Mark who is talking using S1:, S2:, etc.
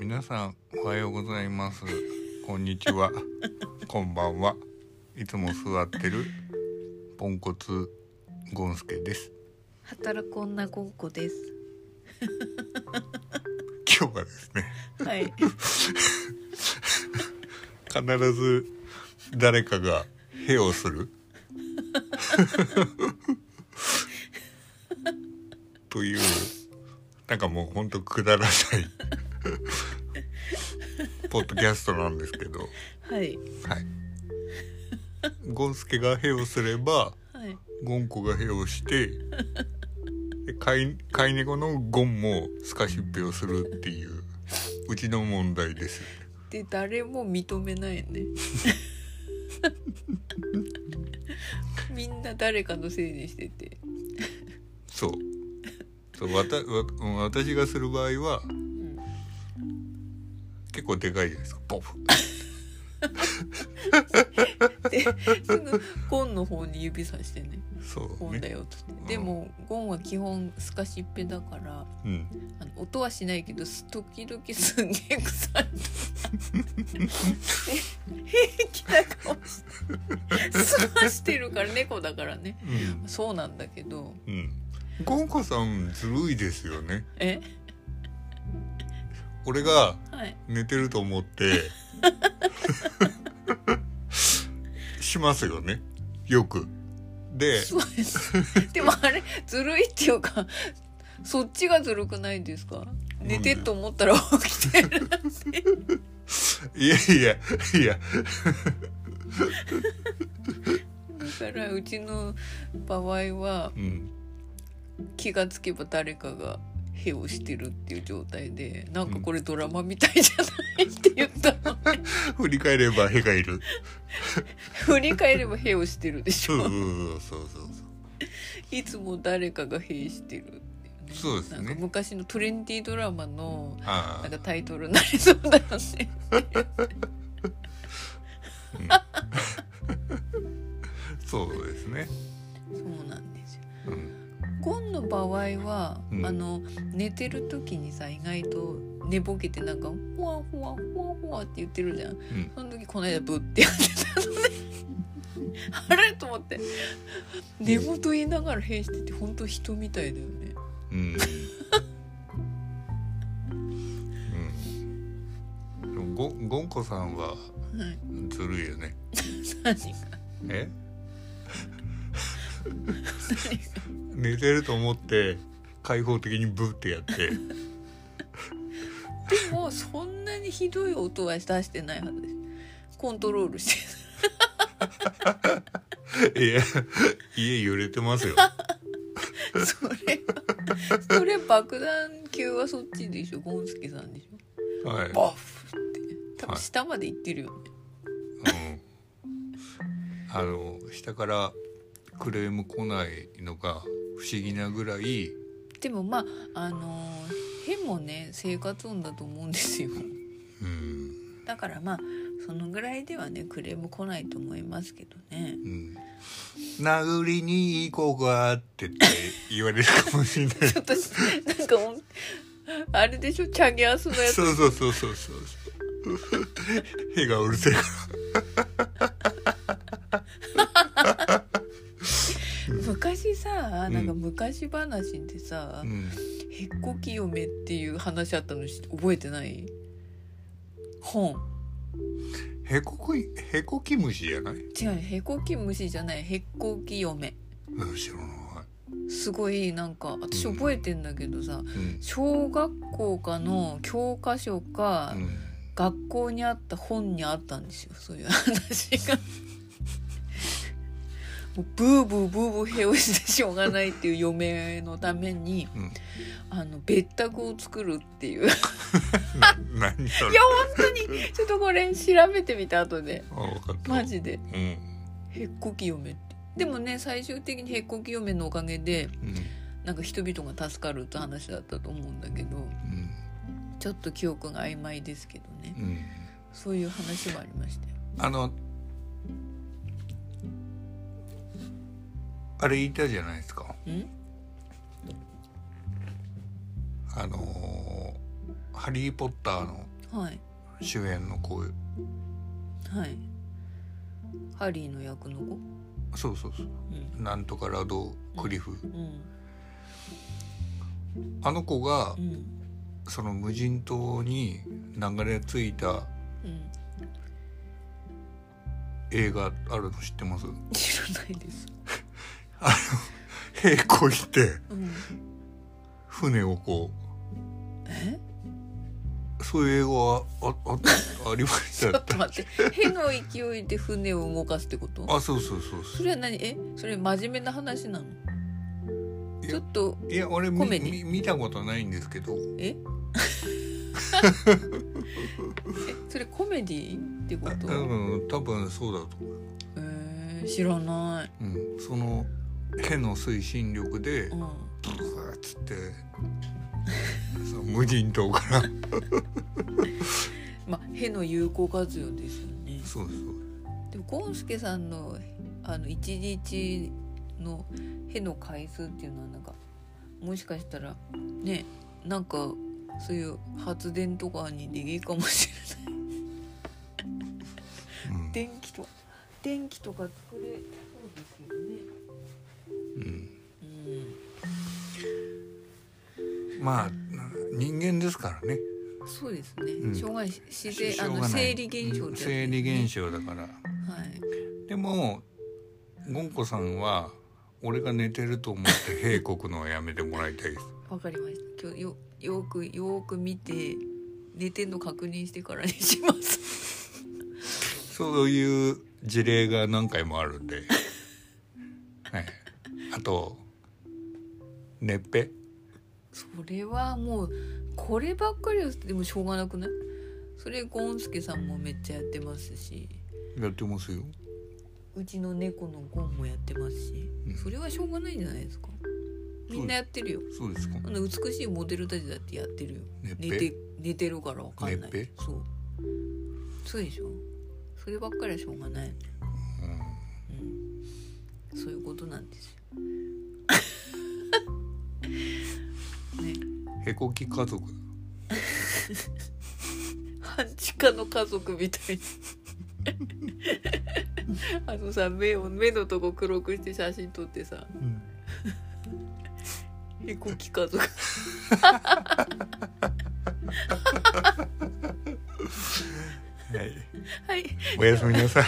S1: 皆さんおはようございますこんにちはこんばんはいつも座ってるポンコツゴンスケです
S2: 働く女ごんこです。
S1: 今日はですね
S2: はい。
S1: 必ず誰かがヘをする というなんかもうほんとくだらないポッドキャストなんですけどは
S2: はい。
S1: いゴンスケがヘをすれば
S2: はい。
S1: ゴンコがヘをしてで飼い飼い猫のゴンもスカシッペをするっていううちの問題です
S2: で、誰も認めない ね。みんな誰かのせいにしてて。
S1: そうそうわたわうん私がする場合は
S2: うん。
S1: 結構でかいじゃないですかボブ
S2: で、そのゴンの方に指さしてね。
S1: そう
S2: ゴンだ
S1: ね
S2: よとって。でも、ゴンは基本すかしっぺだから。
S1: うん
S2: あの音はしないけどす時々すんげえ臭 い平気な顔して すましてるから猫だからね
S1: うん
S2: そうなんだけど
S1: うんゴンコさんずるいですよね
S2: え
S1: 俺が
S2: はい
S1: 寝てると思って しますよねよくで
S2: そうですで もあれずるいっていうかそっちがずるくないですか寝てと思ったら起きてる
S1: いやいやいや
S2: だからうちの場合は
S1: うん
S2: 気がつけば誰かが屁をしてるっていう状態でなんかこれドラマみたいじゃないって言ったの
S1: 振り返れば屁がいる
S2: 振り返れば屁をしてるでし
S1: そうそう
S2: ょ
S1: そうそうそう
S2: いつも誰かが屁してるっていね
S1: そうですね
S2: なんか昔のトレンディードラマの
S1: あ
S2: なん
S1: あ
S2: かタイトルになりそうだよね
S1: そうですね
S2: そうなんですよ
S1: うん
S2: ゴンの場合は、
S1: うん
S2: あの寝てる時にさ意外と寝ぼけてなんか「ほわほわほわほわ」って言ってるじゃん
S1: うん
S2: その時この間ブッてやってたのね あれと思って寝言言いながら屁してて本当人みたいだよね
S1: うん、うん、でもゴゴンコさんは
S2: はい
S1: ずるいよね
S2: 何が
S1: え寝てると思って開放的にブってやって
S2: でもそんなにひどい音は出してないはずですコントロールして
S1: いや家揺れてますよ
S2: るそれはそれ爆弾級はそっちでしょゴンスケさんでしょ
S1: はい、
S2: バフって多
S1: は
S2: 分
S1: い
S2: 下まで行ってるよね、
S1: うん、あの下からクレーム来ないのが不思議なぐらい
S2: でもまああのーへもね生活音だと思うん ですよ
S1: うん、
S2: だからまあそのぐらいではねクレーム来ないと思いますけどね
S1: うん、殴りに行こうかってって言われるかもしれない
S2: ちょっとなんかおあれでしょチャゲアスのや つ
S1: そうそうそうそうそう そう。屁がうるせえから。
S2: 昔さなんか
S1: う
S2: 昔話でさ、
S1: うん。
S2: へっこき嫁っていう話あったのし覚えてない本
S1: へここい、へこき虫じゃない。
S2: 違うへこき虫じゃないへっこき嫁
S1: うん、知らない。
S2: すごいなんか私覚えてんだけどさ
S1: うん。
S2: 小学校かの教科書か
S1: うん。
S2: 学校にあった本にあったんですよそういう話が。 もうブーブーブーブーへをしてしょうがないっていう嫁のために
S1: うん。
S2: あの別宅を作るって いう
S1: 何そ
S2: い
S1: れ
S2: や。本当にちょっとこれ調べてみた後で
S1: あ、わかった。
S2: マジで
S1: うん。
S2: へっこき嫁ってでもね最終的にへっこき嫁のおかげで
S1: うん。
S2: なんか人々が助かるって話だったと思うんだけどちょっと記憶が曖昧ですけどね
S1: うん。うん。
S2: そういう話もありましたよ
S1: あの。あれいたじゃないですか。
S2: ん
S1: あのーハリーポッターの
S2: はい
S1: 主演の子
S2: はいハリーの役の子
S1: そうそうそう
S2: うん
S1: なんとかラドクリフ
S2: うん
S1: あの子が
S2: うん
S1: その無人島に流れ着いた
S2: うん
S1: 映画あるの知ってます
S2: 知らないです
S1: 平行行って
S2: うん
S1: 船をこ
S2: え
S1: うそういう映画はあああありまし
S2: ちょ
S1: た
S2: っと待ってへの勢いで船を動かすってこと
S1: あそうそうそうそ
S2: それは何えそれ真面目な話なの
S1: いや
S2: ちょっと
S1: ういや俺
S2: コ
S1: み
S2: メディ
S1: み見たことないんですけど
S2: え えそれコメディってこ
S1: 多
S2: と、
S1: 分多分そうだと思う、
S2: えー、知らない
S1: うん、そのへの推進力で
S2: うん
S1: ブワーッつってその無人島から
S2: まあへの有効活用ですよね
S1: そうそう
S2: でもゴンスケさんのあの一日のへの回数っていうのはなんかもしかしたらねなんかそういう発電とかにできるかもしれない
S1: うん
S2: 電気と電気とか作れそうですけどね
S1: うん、
S2: う
S1: まあ人間ですからね
S2: んそうですね、
S1: うん
S2: 障害自
S1: し
S2: 然あ
S1: ょうが
S2: の
S1: ない
S2: 生理現象ってやつですね
S1: 生理現象だから
S2: はい
S1: でもゴンコさんは俺が寝てると思って「閉国のはやめてもらいたいです
S2: わかりました今日よよくよく見て寝てんの確認してからにします」
S1: そういう事例が何回もあるん で、はい、あと「ねっぺ
S2: それはもうこればっかりはでもしょうがなくないそれゴンスケさんもめっちゃやってますし」
S1: やってますよ
S2: うちの猫のゴンもやってますし
S1: うん
S2: それはしょうがないんじゃないですかみんなやってるよ
S1: そうですか
S2: あの美しいモデルたちだってやってるよ
S1: ねっ
S2: 寝て
S1: ぺ
S2: 寝てるからわかんな
S1: ね
S2: い
S1: っぺ
S2: そうそうでしょそればっかりはしょうがない、うん、そういうことなんですよね
S1: へこき家族
S2: 半地下の家族みたいにあのさ目を目のとこ黒くして写真撮ってさへこき家族
S1: はい
S2: はい
S1: おやすみなさい